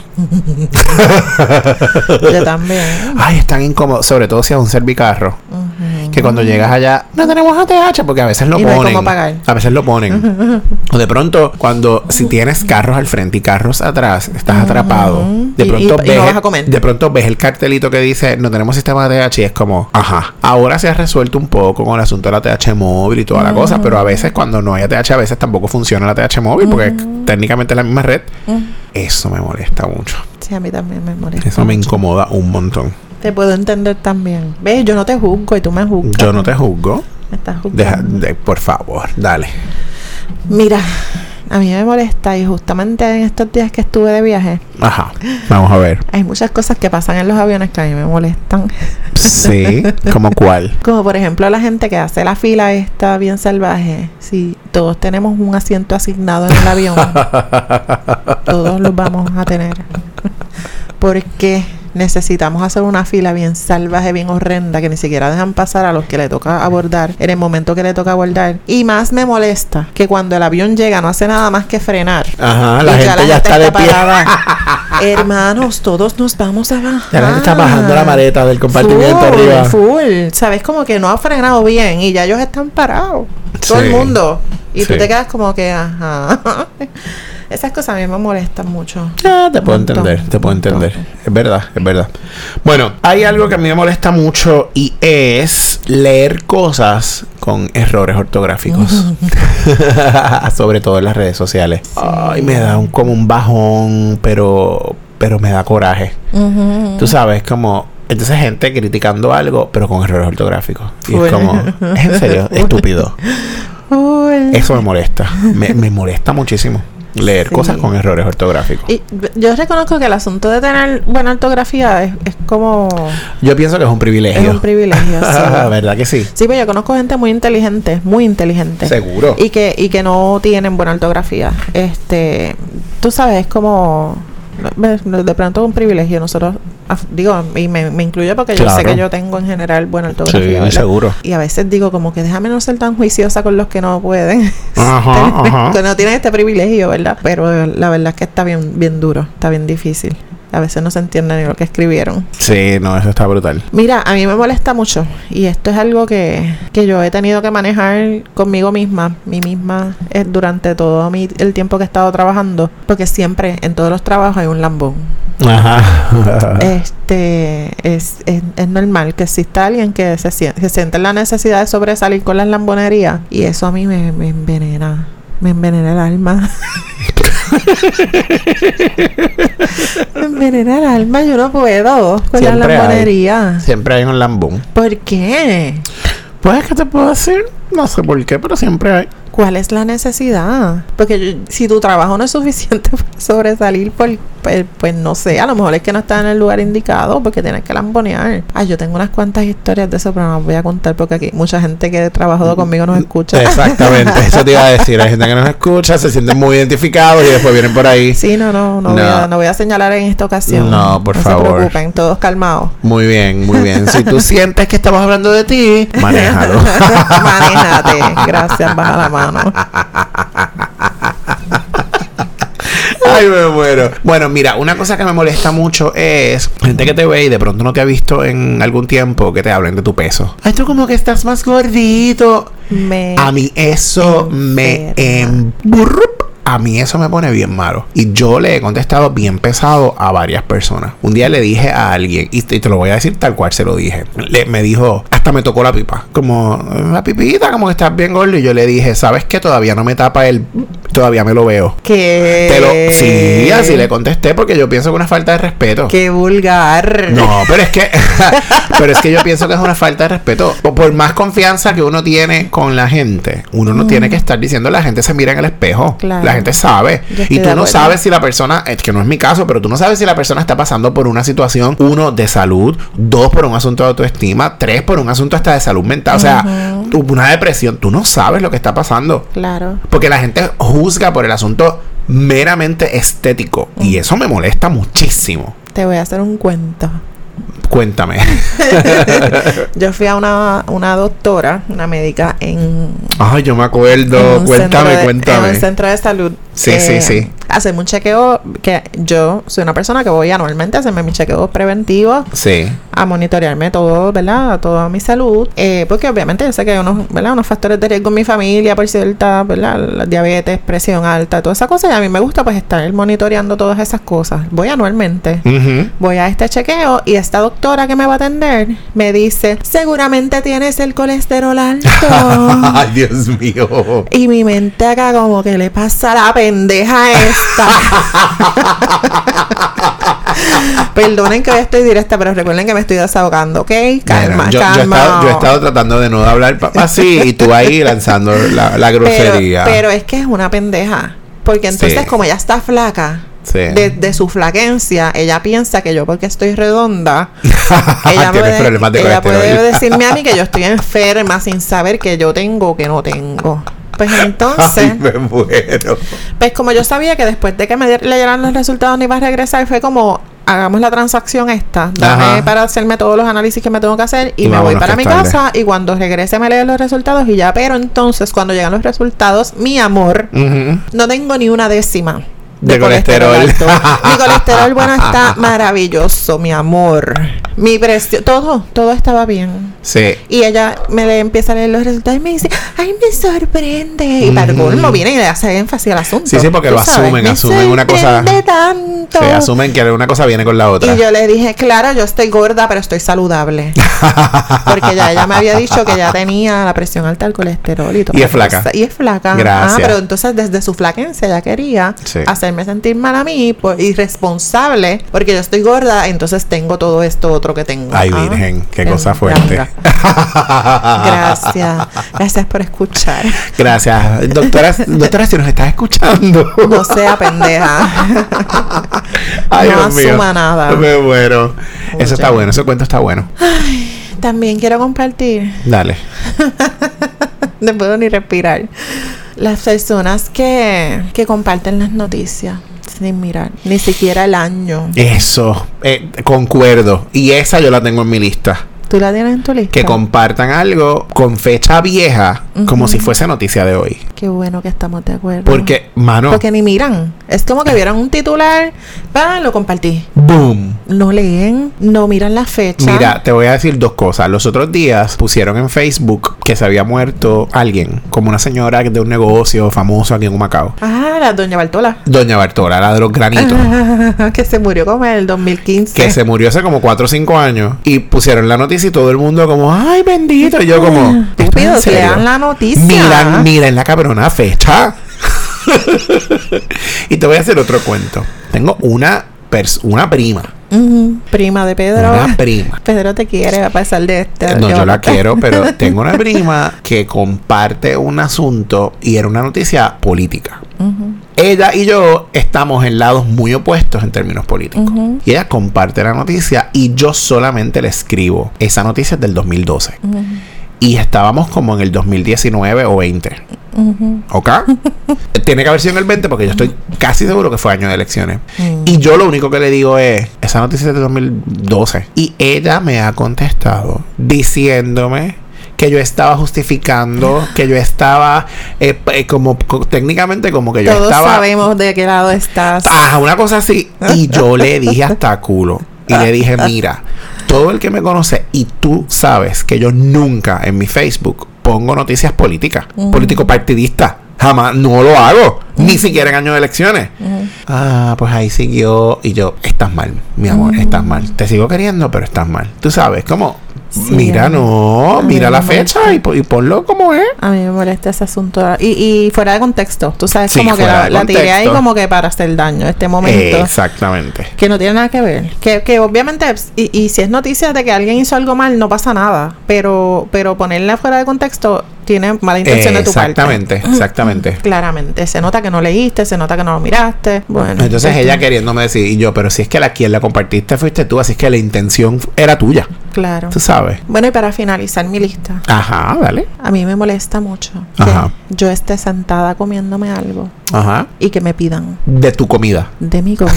[SPEAKER 2] Yo también.
[SPEAKER 1] Ay, es tan incómodo, sobre todo si es un servicarro.
[SPEAKER 2] Ujú.
[SPEAKER 1] Que que cuando llegas allá, no tenemos ATH, porque a veces lo
[SPEAKER 2] Y no hay
[SPEAKER 1] ponen.
[SPEAKER 2] cómo pagar.
[SPEAKER 1] A veces lo ponen. o de pronto, cuando si tienes carros al frente y carros atrás, estás atrapado. De
[SPEAKER 2] Y- y-
[SPEAKER 1] pronto
[SPEAKER 2] y
[SPEAKER 1] ves,
[SPEAKER 2] no vas a comer.
[SPEAKER 1] de pronto ves el cartelito que dice no tenemos sistema de ATH y es como, ajá. Ahora se ha resuelto un poco con el asunto de la ATH móvil y toda la cosa, pero a veces cuando no hay ATH, a veces tampoco funciona la ATH móvil porque técnicamente es la misma red. Eso me molesta mucho.
[SPEAKER 2] Sí, a mí también me molesta.
[SPEAKER 1] Eso me incomoda un montón.
[SPEAKER 2] Te puedo entender también. Ve, yo no te juzgo y tú me juzgas.
[SPEAKER 1] Yo no te juzgo.
[SPEAKER 2] Me estás
[SPEAKER 1] Deja-
[SPEAKER 2] juzgando.
[SPEAKER 1] de- por favor, dale.
[SPEAKER 2] Mira, a mí me molesta y justamente en estos días que estuve de viaje,
[SPEAKER 1] Ajá. Vamos a ver.
[SPEAKER 2] hay muchas cosas que pasan en los aviones que a mí me molestan.
[SPEAKER 1] Sí, ¿como cuál?
[SPEAKER 2] Como por ejemplo la gente que hace la fila esta bien salvaje. Si todos tenemos un asiento asignado en el avión, todos los vamos a tener. Porque necesitamos hacer una fila bien salvaje, bien horrenda, que ni siquiera dejan pasar a los que le toca abordar en el momento que le toca abordar. Y más me molesta que cuando el avión llega no hace nada más que frenar.
[SPEAKER 1] Ajá,
[SPEAKER 2] Y
[SPEAKER 1] la gente ya está de pie.
[SPEAKER 2] parada. Hermanos, todos nos vamos a bajar.
[SPEAKER 1] Ya la gente está bajando la maleta del compartimiento
[SPEAKER 2] full,
[SPEAKER 1] arriba.
[SPEAKER 2] Full. Sabes como que no ha frenado bien y ya ellos están parados. Todo el
[SPEAKER 1] Sí.
[SPEAKER 2] mundo. Y tú
[SPEAKER 1] Sí.
[SPEAKER 2] te quedas como que, ajá. Esas cosas a mí me molestan mucho.
[SPEAKER 1] Ah, te puedo
[SPEAKER 2] Montón,
[SPEAKER 1] entender, te puedo
[SPEAKER 2] montón.
[SPEAKER 1] entender. Es verdad, es verdad. Bueno, hay algo que a mí me molesta mucho y es leer cosas con errores ortográficos. Sobre todo en las redes sociales. Ay, me da un, como un bajón, pero, pero me da coraje. Tú sabes, como. Entonces, gente criticando algo, pero con errores ortográficos. Y
[SPEAKER 2] Full.
[SPEAKER 1] es como, es en serio, estúpido.
[SPEAKER 2] Full.
[SPEAKER 1] Eso me molesta. Me, me molesta muchísimo leer
[SPEAKER 2] Sí.
[SPEAKER 1] cosas con errores ortográficos.
[SPEAKER 2] Y yo reconozco que el asunto de tener buena ortografía es, es como...
[SPEAKER 1] Yo pienso que es un privilegio.
[SPEAKER 2] Es un privilegio, sí.
[SPEAKER 1] ¿Verdad que sí?
[SPEAKER 2] Sí, pues yo conozco gente muy inteligente, muy inteligente.
[SPEAKER 1] Seguro.
[SPEAKER 2] Y que, y que no tienen buena ortografía. Este, tú sabes, es como ves, de pronto es un privilegio. Nosotros, af- digo, y me, me incluyo porque yo sé
[SPEAKER 1] Claro.
[SPEAKER 2] que yo tengo en general buena
[SPEAKER 1] Sí,
[SPEAKER 2] ortografía. ¿verdad?
[SPEAKER 1] seguro.
[SPEAKER 2] Y a veces digo como que déjame no ser tan juiciosa con los que no pueden.
[SPEAKER 1] Ajá, ajá.
[SPEAKER 2] Que no tienen este privilegio, ¿verdad? Pero la verdad es que está bien, bien duro, está bien difícil. A veces no se entiende ni lo que escribieron.
[SPEAKER 1] Sí, no, eso está brutal.
[SPEAKER 2] Mira, a mí me molesta mucho y esto es algo que, que yo he tenido que manejar conmigo misma, mí misma, eh, durante todo mi, el tiempo que he estado trabajando, porque siempre en todos los trabajos hay un lambón.
[SPEAKER 1] Ajá.
[SPEAKER 2] Eh. Este es, es, es normal que exista alguien que se, sien- que siente la necesidad de sobresalir con las lambonerías y eso a mí me, me envenena. Me envenena el alma. me envenena el alma. Yo no puedo con las
[SPEAKER 1] Siempre hay.
[SPEAKER 2] lambonerías.
[SPEAKER 1] Siempre hay un lambón.
[SPEAKER 2] ¿Por qué?
[SPEAKER 1] Pues, ¿qué te puedo decir? No sé por qué, pero siempre hay.
[SPEAKER 2] ¿Cuál es la necesidad? Porque yo- si tu trabajo no es suficiente para sobresalir, por- pues, pues no sé, a lo mejor es que no estás en el lugar indicado porque tienes que lambonear. Ah, yo tengo unas cuantas historias de eso, pero no las voy a contar porque aquí mucha gente que ha trabajado conmigo nos escucha.
[SPEAKER 1] Exactamente, eso te iba a decir. Hay gente que nos escucha, se sienten muy identificados y después vienen por ahí.
[SPEAKER 2] Sí, no, no, no, Voy a,
[SPEAKER 1] No.
[SPEAKER 2] no voy a señalar en esta ocasión.
[SPEAKER 1] No, por favor.
[SPEAKER 2] No se preocupen, todos calmados.
[SPEAKER 1] Muy bien, muy bien. Si tú sientes que estamos hablando de ti, manéjalo.
[SPEAKER 2] Manéjate. Gracias, baja la mano.
[SPEAKER 1] Ay, me muero. Bueno, mira, una cosa que me molesta mucho es gente que te ve y de pronto no te ha visto en algún tiempo que te hablen de tu peso. Ay, tú como que estás más gordito.
[SPEAKER 2] Me...
[SPEAKER 1] A mí eso me
[SPEAKER 2] Enferma.
[SPEAKER 1] emburrup. A mí eso me pone bien malo. Y yo le he contestado bien pesado a varias personas. Un día le dije a alguien, y te, y te lo voy a decir tal cual se lo dije. Le- me dijo, hasta me tocó la pipa. Como, la pipita, como que estás bien gordo. Y yo le dije, ¿sabes qué? Todavía no me tapa el... Todavía me lo veo.
[SPEAKER 2] Que...
[SPEAKER 1] Te lo- sí, así le contesté porque yo pienso que una falta de respeto.
[SPEAKER 2] Qué vulgar.
[SPEAKER 1] No, pero es que pero es que yo pienso que es una falta de respeto. O Por más confianza que uno tiene con la gente, uno no tiene que estar diciendo la gente se mira en el espejo.
[SPEAKER 2] Claro.
[SPEAKER 1] La gente sabe.
[SPEAKER 2] Yo estoy
[SPEAKER 1] Y
[SPEAKER 2] de
[SPEAKER 1] tú no
[SPEAKER 2] acuerdo.
[SPEAKER 1] sabes si la persona, es que no es mi caso, pero tú no sabes si la persona está pasando por una situación, uno, de salud, dos, por un asunto de autoestima, tres, por un asunto hasta de salud mental. O sea, una depresión. Tú no sabes lo que está pasando.
[SPEAKER 2] Claro.
[SPEAKER 1] Porque la gente juzga por el asunto meramente estético. Y eso me molesta muchísimo.
[SPEAKER 2] Te voy a hacer un cuento.
[SPEAKER 1] Cuéntame.
[SPEAKER 2] yo fui a una, una doctora, una médica en...
[SPEAKER 1] Ay, yo me acuerdo.
[SPEAKER 2] en un centro
[SPEAKER 1] Cuéntame,
[SPEAKER 2] de- En
[SPEAKER 1] cuéntame.
[SPEAKER 2] un centro de salud.
[SPEAKER 1] Sí, sí, sí.
[SPEAKER 2] Hacerme un chequeo, que yo soy una persona que voy anualmente a hacerme mis chequeos preventivos
[SPEAKER 1] Sí.
[SPEAKER 2] a monitorearme todo, ¿verdad? Toda mi salud, eh, porque obviamente yo sé que hay unos, ¿verdad? Unos factores de riesgo en mi familia, por cierta, ¿verdad? La diabetes, presión alta, toda esa cosa, y a mí me gusta pues estar monitoreando todas esas cosas. Voy anualmente.
[SPEAKER 1] Ujú.
[SPEAKER 2] Voy a este chequeo y esta doctora que me va a atender me dice, seguramente tienes el colesterol alto.
[SPEAKER 1] Ay, Dios mío.
[SPEAKER 2] y mi mente acá como que le pasa la pendeja esta. Perdonen que hoy estoy directa, pero recuerden que me estoy desahogando, ¿ok? Calma,
[SPEAKER 1] Mira, yo,
[SPEAKER 2] calma.
[SPEAKER 1] Yo he, estado, yo he estado tratando de no hablar pa- así y tú ahí lanzando la, la
[SPEAKER 2] pero,
[SPEAKER 1] grosería.
[SPEAKER 2] pero es que es una pendeja. Porque entonces
[SPEAKER 1] Sí.
[SPEAKER 2] como ella está flaca,
[SPEAKER 1] Sí.
[SPEAKER 2] desde su flaquencia, ella piensa que yo porque estoy redonda,
[SPEAKER 1] Tienes
[SPEAKER 2] ella, puede,
[SPEAKER 1] problemas de
[SPEAKER 2] ella
[SPEAKER 1] colesterol.
[SPEAKER 2] puede decirme a mí que yo estoy enferma sin saber que yo tengo o que no tengo. Pues entonces...
[SPEAKER 1] Ay, me muero.
[SPEAKER 2] Pues como yo sabía que después de que me dier- leyeran los resultados no iba a regresar, fue como hagamos la transacción esta, dame
[SPEAKER 1] Ajá.
[SPEAKER 2] para hacerme todos los análisis que me tengo que hacer y,
[SPEAKER 1] Y
[SPEAKER 2] me voy
[SPEAKER 1] vámonos,
[SPEAKER 2] para
[SPEAKER 1] que
[SPEAKER 2] mi
[SPEAKER 1] es tarde.
[SPEAKER 2] casa y cuando regrese me leo los resultados y ya, pero entonces cuando llegan los resultados, mi amor,
[SPEAKER 1] Ujú.
[SPEAKER 2] no tengo ni una décima
[SPEAKER 1] De colesterol.
[SPEAKER 2] alto. mi colesterol bueno está maravilloso, mi amor. Mi presión, todo, todo estaba bien.
[SPEAKER 1] Sí.
[SPEAKER 2] Y ella me le empieza a leer los resultados y me dice, ay, me sorprende. Y para el
[SPEAKER 1] Ujú.
[SPEAKER 2] colmo viene y le hace énfasis al asunto.
[SPEAKER 1] Sí, sí, porque
[SPEAKER 2] Tú
[SPEAKER 1] lo
[SPEAKER 2] sabes,
[SPEAKER 1] asumen,
[SPEAKER 2] "Me
[SPEAKER 1] asumen una cosa-
[SPEAKER 2] sorprende tanto.
[SPEAKER 1] Se asumen que una cosa viene con la otra.
[SPEAKER 2] Y yo le dije, claro, yo estoy gorda, pero estoy saludable. Porque ya ella me había dicho que ya tenía la presión alta, el colesterol y todo.
[SPEAKER 1] Y es flaca.
[SPEAKER 2] Y es flaca.
[SPEAKER 1] Gracias.
[SPEAKER 2] Ah, pero entonces desde su flaquencia ya quería
[SPEAKER 1] Sí.
[SPEAKER 2] hacerme sentir mal a mí, pues, irresponsable, porque yo estoy gorda, entonces tengo todo esto otro que tengo.
[SPEAKER 1] Ay,
[SPEAKER 2] Ah,
[SPEAKER 1] virgen, qué
[SPEAKER 2] en
[SPEAKER 1] cosa
[SPEAKER 2] la
[SPEAKER 1] fuerte.
[SPEAKER 2] manga. Gracias. Gracias por escuchar.
[SPEAKER 1] Gracias. Doctora, doctora, si nos estás escuchando.
[SPEAKER 2] No sea pendeja.
[SPEAKER 1] Ay,
[SPEAKER 2] no
[SPEAKER 1] Dios mío.
[SPEAKER 2] asuma nada.
[SPEAKER 1] Me muero. Eso
[SPEAKER 2] Oye.
[SPEAKER 1] está bueno, ese cuento está bueno.
[SPEAKER 2] También quiero compartir,
[SPEAKER 1] Dale.
[SPEAKER 2] no puedo ni respirar, las personas que, que comparten las noticias sin mirar, ni siquiera el año.
[SPEAKER 1] Eso, eh, concuerdo. Y esa yo la tengo en mi lista.
[SPEAKER 2] ¿Tú la tienes en tu lista?
[SPEAKER 1] Que compartan algo con fecha vieja, como
[SPEAKER 2] Ujú.
[SPEAKER 1] si fuese noticia de hoy.
[SPEAKER 2] Qué bueno que estamos de acuerdo.
[SPEAKER 1] Porque, mano,
[SPEAKER 2] Porque ni miran. Es como que vieron un titular, pa, lo compartí.
[SPEAKER 1] boom.
[SPEAKER 2] No leen, no miran la fecha.
[SPEAKER 1] Mira, te voy a decir dos cosas. Los otros días pusieron en Facebook que se había muerto alguien, como una señora de un negocio famoso aquí en Macao.
[SPEAKER 2] Ah, la doña Bartola.
[SPEAKER 1] Doña Bartola, la de los granitos.
[SPEAKER 2] que se murió como en el 2015.
[SPEAKER 1] Que se murió hace como 4 o 5 años. Y pusieron la noticia y todo el mundo como, ay bendito. Y yo como,
[SPEAKER 2] Ah,
[SPEAKER 1] ¿esto es en
[SPEAKER 2] Estúpidos,
[SPEAKER 1] serio?
[SPEAKER 2] lean la noticia.
[SPEAKER 1] Miran, miren la cabrona fecha. y te voy a hacer otro cuento. Tengo una, pers- una prima.
[SPEAKER 2] Ujú, prima de Pedro.
[SPEAKER 1] Una prima.
[SPEAKER 2] Pedro te quiere a pasar de este.
[SPEAKER 1] No,
[SPEAKER 2] de
[SPEAKER 1] yo la
[SPEAKER 2] otro.
[SPEAKER 1] quiero, pero tengo una prima que comparte un asunto y era una noticia política.
[SPEAKER 2] Ujú,
[SPEAKER 1] Ella y yo estamos en lados muy opuestos en términos políticos.
[SPEAKER 2] Ujú.
[SPEAKER 1] Y ella comparte la noticia y yo solamente le escribo. Esa noticia es del 2012.
[SPEAKER 2] ujú,
[SPEAKER 1] Y estábamos como en el 2019 o 20.
[SPEAKER 2] ujú.
[SPEAKER 1] ¿Ok? Tiene que haber sido en el 20 porque yo estoy casi seguro que fue año de elecciones.
[SPEAKER 2] Mm.
[SPEAKER 1] Y yo lo único que le digo es, esa noticia es de 2012. Y ella me ha contestado diciéndome que yo estaba justificando, que yo estaba eh, p- eh, como co- técnicamente como que yo
[SPEAKER 2] Todos
[SPEAKER 1] estaba...
[SPEAKER 2] sabemos de qué lado estás.
[SPEAKER 1] Ajá, una cosa así. Y yo le dije hasta culo. Y le dije, mira, todo el que me conoce y tú sabes que yo nunca en mi Facebook pongo noticias políticas, político-partidistas. Jamás, no lo hago. Ni siquiera en año de elecciones. Ah, pues ahí siguió. Y yo, estás mal, mi amor,
[SPEAKER 2] Mm.
[SPEAKER 1] estás mal. Te sigo queriendo, pero estás mal. Tú sabes, como,
[SPEAKER 2] Sí,
[SPEAKER 1] mira,
[SPEAKER 2] a mí-
[SPEAKER 1] no,
[SPEAKER 2] a mí
[SPEAKER 1] mira
[SPEAKER 2] me
[SPEAKER 1] la
[SPEAKER 2] molesta.
[SPEAKER 1] fecha y, po- y ponlo como es.
[SPEAKER 2] A mí me molesta ese asunto. Y, y fuera de contexto. Tú sabes
[SPEAKER 1] Sí,
[SPEAKER 2] como que
[SPEAKER 1] fuera
[SPEAKER 2] la,
[SPEAKER 1] de
[SPEAKER 2] la tiré ahí
[SPEAKER 1] contexto.
[SPEAKER 2] como que para hacer daño este momento.
[SPEAKER 1] Exactamente.
[SPEAKER 2] Que no tiene nada que ver. Que, que obviamente, y, y si es noticia de que alguien hizo algo mal, no pasa nada. Pero, pero ponerla fuera de contexto tiene mala intención de tu parte.
[SPEAKER 1] Exactamente, exactamente.
[SPEAKER 2] Claramente. Se nota que no leíste, se nota que no lo miraste. Bueno.
[SPEAKER 1] Entonces
[SPEAKER 2] este,
[SPEAKER 1] ella queriéndome decir, y yo, pero si es que la quien la compartiste fuiste tú, así es que la intención era tuya,
[SPEAKER 2] Claro.
[SPEAKER 1] tú sabes.
[SPEAKER 2] Bueno, y para finalizar mi lista,
[SPEAKER 1] Ajá, dale.
[SPEAKER 2] a mí me molesta mucho que
[SPEAKER 1] Ajá.
[SPEAKER 2] yo esté sentada comiéndome algo
[SPEAKER 1] Ajá.
[SPEAKER 2] y que me pidan
[SPEAKER 1] De tu comida.
[SPEAKER 2] de mi comida.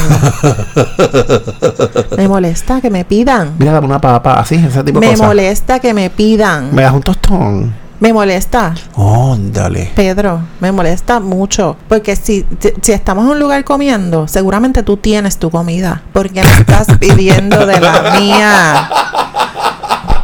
[SPEAKER 2] me molesta que me pidan.
[SPEAKER 1] Mira, dame una papa, así, ese tipo de
[SPEAKER 2] Me
[SPEAKER 1] cosas.
[SPEAKER 2] molesta que me pidan.
[SPEAKER 1] Me das un tostón.
[SPEAKER 2] Me molesta,
[SPEAKER 1] Óndale.
[SPEAKER 2] Pedro, me molesta mucho. Porque si, si- si estamos en un lugar comiendo, seguramente tú tienes tu comida. Porque me estás pidiendo de la mía.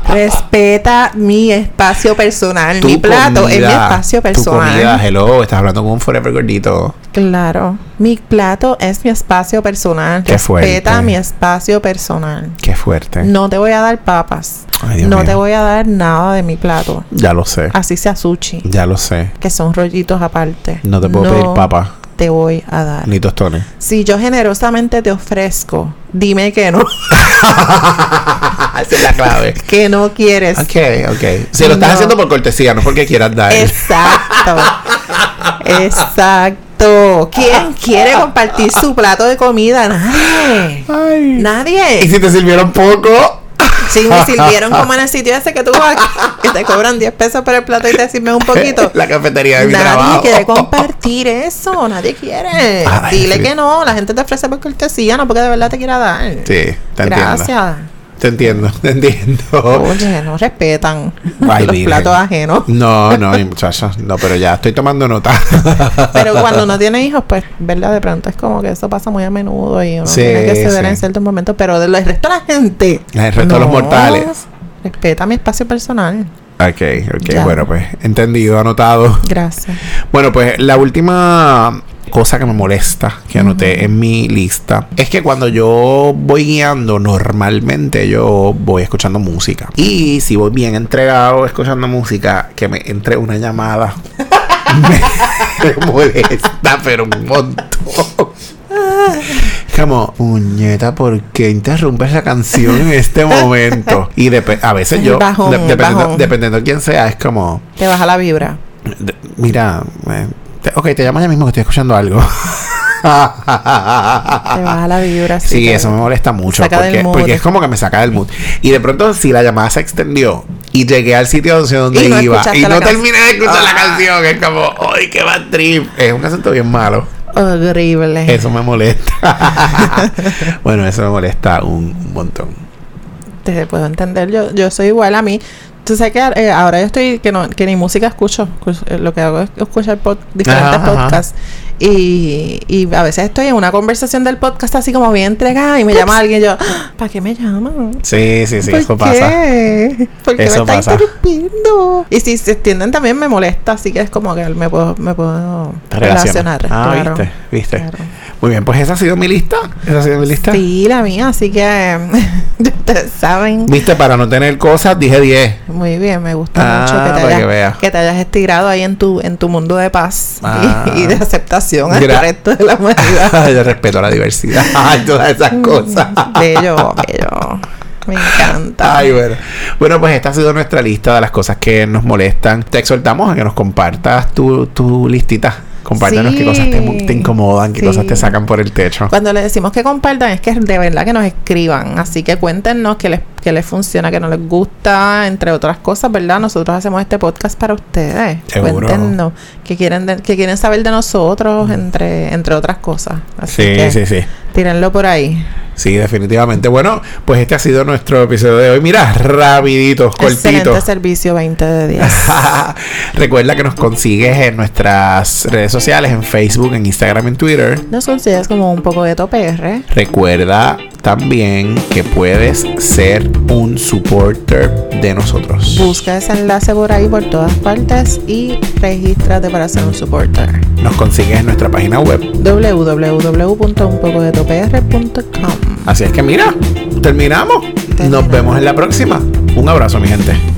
[SPEAKER 2] Respeta mi espacio personal. mi
[SPEAKER 1] Tu
[SPEAKER 2] plato es mi
[SPEAKER 1] comida,
[SPEAKER 2] espacio
[SPEAKER 1] Tu comida,
[SPEAKER 2] personal.
[SPEAKER 1] hello, estás hablando con un forever gordito.
[SPEAKER 2] Claro. Mi plato es mi espacio personal.
[SPEAKER 1] Qué
[SPEAKER 2] Respeta
[SPEAKER 1] fuerte.
[SPEAKER 2] mi espacio personal.
[SPEAKER 1] Qué fuerte.
[SPEAKER 2] No te voy a dar papas.
[SPEAKER 1] Ay, Dios
[SPEAKER 2] no
[SPEAKER 1] mío.
[SPEAKER 2] te voy a dar nada de mi plato.
[SPEAKER 1] Ya lo sé.
[SPEAKER 2] Así sea sushi.
[SPEAKER 1] Ya lo sé.
[SPEAKER 2] que son rollitos aparte.
[SPEAKER 1] No te puedo pedir papa
[SPEAKER 2] Te voy a dar.
[SPEAKER 1] ni tostones.
[SPEAKER 2] Si yo generosamente te ofrezco, dime que no,
[SPEAKER 1] Esa es la clave.
[SPEAKER 2] que no quieres.
[SPEAKER 1] Ok, ok. Si lo estás
[SPEAKER 2] No.
[SPEAKER 1] haciendo por cortesía, no porque quieras dar.
[SPEAKER 2] Exacto. Exacto. ¿Quién quiere compartir su plato de comida? Nadie.
[SPEAKER 1] Ay. ¿Y
[SPEAKER 2] Nadie.
[SPEAKER 1] si te sirvieron poco?
[SPEAKER 2] Si me sirvieron como en el sitio ese que tú vas, que te cobran 10 pesos por el plato y te sirven un poquito.
[SPEAKER 1] la cafetería de mi
[SPEAKER 2] Nadie
[SPEAKER 1] trabajo.
[SPEAKER 2] quiere compartir eso, nadie quiere.
[SPEAKER 1] Ay,
[SPEAKER 2] Dile
[SPEAKER 1] sí.
[SPEAKER 2] que no, la gente te ofrece por cortesía, no porque de verdad te quiera dar.
[SPEAKER 1] Sí, te entiendo.
[SPEAKER 2] Gracias.
[SPEAKER 1] Te entiendo, te entiendo.
[SPEAKER 2] Oye, no respetan
[SPEAKER 1] Oh. Ay,
[SPEAKER 2] los
[SPEAKER 1] virgen.
[SPEAKER 2] platos ajenos.
[SPEAKER 1] No, no, y muchachas, no, pero ya estoy tomando nota.
[SPEAKER 2] Pero cuando uno tiene hijos, pues, ¿verdad? De pronto es como que eso pasa muy a menudo y uno
[SPEAKER 1] Sí,
[SPEAKER 2] tiene que ceder
[SPEAKER 1] sí.
[SPEAKER 2] en ciertos momentos. Pero del resto de la gente.
[SPEAKER 1] El resto de los mortales.
[SPEAKER 2] Respeta mi espacio personal.
[SPEAKER 1] Ok, ok,
[SPEAKER 2] Ya.
[SPEAKER 1] bueno, pues entendido, anotado.
[SPEAKER 2] Gracias.
[SPEAKER 1] Bueno, pues la última cosa que me molesta que anoté en mi lista es que cuando yo voy guiando normalmente yo voy escuchando música y si voy bien entregado escuchando música que me entre una llamada me molesta pero un montón es como, puñeta, ¿por qué interrumpes la canción en este momento? Y depe- a veces
[SPEAKER 2] El
[SPEAKER 1] yo,
[SPEAKER 2] bajón,
[SPEAKER 1] de-
[SPEAKER 2] el
[SPEAKER 1] dependiendo,
[SPEAKER 2] bajón.
[SPEAKER 1] dependiendo de quién sea, es como,
[SPEAKER 2] Te baja la vibra.
[SPEAKER 1] de- Mira, eh, te- ok, te llamo ya mismo que estoy escuchando algo.
[SPEAKER 2] Te baja la vibra.
[SPEAKER 1] Ah, Sí,
[SPEAKER 2] te-
[SPEAKER 1] eso me molesta mucho
[SPEAKER 2] saca del
[SPEAKER 1] porque,
[SPEAKER 2] mood.
[SPEAKER 1] porque es como que me saca del mood. Y de pronto, si la llamada se extendió y llegué al sitio hacia donde
[SPEAKER 2] Y no
[SPEAKER 1] iba
[SPEAKER 2] escuchaste
[SPEAKER 1] y
[SPEAKER 2] la
[SPEAKER 1] no
[SPEAKER 2] canción.
[SPEAKER 1] terminé de escuchar la
[SPEAKER 2] Ah.
[SPEAKER 1] canción, es como, ¡ay, qué bad trip! Es un acento bien malo.
[SPEAKER 2] Horrible.
[SPEAKER 1] Eso me molesta. bueno, eso me molesta un, un montón.
[SPEAKER 2] Te puedo entender, yo, yo soy igual a mí. Tú sabes que eh, ahora yo estoy, que, no, que ni música escucho, Escucho- eh, lo que hago es escuchar pod- diferentes
[SPEAKER 1] Ajá, ajá.
[SPEAKER 2] podcasts. Y, y a veces estoy en una conversación del podcast así como bien entregada y me llama alguien y yo, "Ah, ¿para qué me llaman?
[SPEAKER 1] Sí, sí, sí, eso
[SPEAKER 2] ¿Por
[SPEAKER 1] pasa.
[SPEAKER 2] qué? ¿Por qué
[SPEAKER 1] Eso
[SPEAKER 2] me
[SPEAKER 1] pasa.
[SPEAKER 2] está interrumpiendo? Y si se extienden también me molesta, así que es como que me puedo, me puedo
[SPEAKER 1] Te relacionas.
[SPEAKER 2] relacionar.
[SPEAKER 1] Ah,
[SPEAKER 2] claro,
[SPEAKER 1] viste, viste.
[SPEAKER 2] claro.
[SPEAKER 1] Muy bien, pues esa ha sido mi lista. Esa ha sido mi lista.
[SPEAKER 2] Sí, la mía, así que em, ya ustedes saben.
[SPEAKER 1] Viste, para no tener cosas, dije 10.
[SPEAKER 2] Muy bien, me gusta
[SPEAKER 1] Ah,
[SPEAKER 2] mucho que te,
[SPEAKER 1] para
[SPEAKER 2] hayas,
[SPEAKER 1] que veas.
[SPEAKER 2] que te hayas estirado ahí en tu en tu mundo de paz y-
[SPEAKER 1] Ah.
[SPEAKER 2] y, de aceptación al
[SPEAKER 1] Gra-
[SPEAKER 2] resto de la humanidad.
[SPEAKER 1] Yo respeto la diversidad y todas esas
[SPEAKER 2] Mm.
[SPEAKER 1] cosas.
[SPEAKER 2] bello, bello. Me encanta.
[SPEAKER 1] Ay, bueno. Bueno, pues esta ha sido nuestra lista de las cosas que nos molestan. Te exhortamos a que nos compartas tu, tu listita. Compártenos qué
[SPEAKER 2] Sí.
[SPEAKER 1] cosas te, mu- te incomodan, qué
[SPEAKER 2] Sí.
[SPEAKER 1] cosas te sacan por el techo.
[SPEAKER 2] Cuando le decimos que compartan es que de verdad que nos escriban. Así que cuéntenos qué les, qué les funciona, qué no les gusta, entre otras cosas, ¿verdad? Nosotros hacemos este podcast para ustedes.
[SPEAKER 1] Seguro. Mm.
[SPEAKER 2] Cuéntenos qué quieren, de- qué quieren saber de nosotros, entre, entre otras cosas. Así
[SPEAKER 1] Sí,
[SPEAKER 2] que
[SPEAKER 1] sí, sí.
[SPEAKER 2] tírenlo por ahí.
[SPEAKER 1] Sí, definitivamente. Bueno, pues este ha sido nuestro episodio de hoy. Mira, rapidito, cortito.
[SPEAKER 2] Excelente servicio, 20 de 10.
[SPEAKER 1] Recuerda que nos consigues en nuestras redes sociales, en Facebook, en Instagram, en Twitter.
[SPEAKER 2] Nos consideras como un poco de topr.
[SPEAKER 1] Recuerda también que puedes ser un supporter de nosotros.
[SPEAKER 2] Busca ese enlace por ahí, por todas partes y regístrate para ser un supporter.
[SPEAKER 1] Nos consigues en nuestra página web.
[SPEAKER 2] www.unpocodetopr.com
[SPEAKER 1] Así es que mira, terminamos. Nos vemos en la próxima. Un abrazo, mi gente.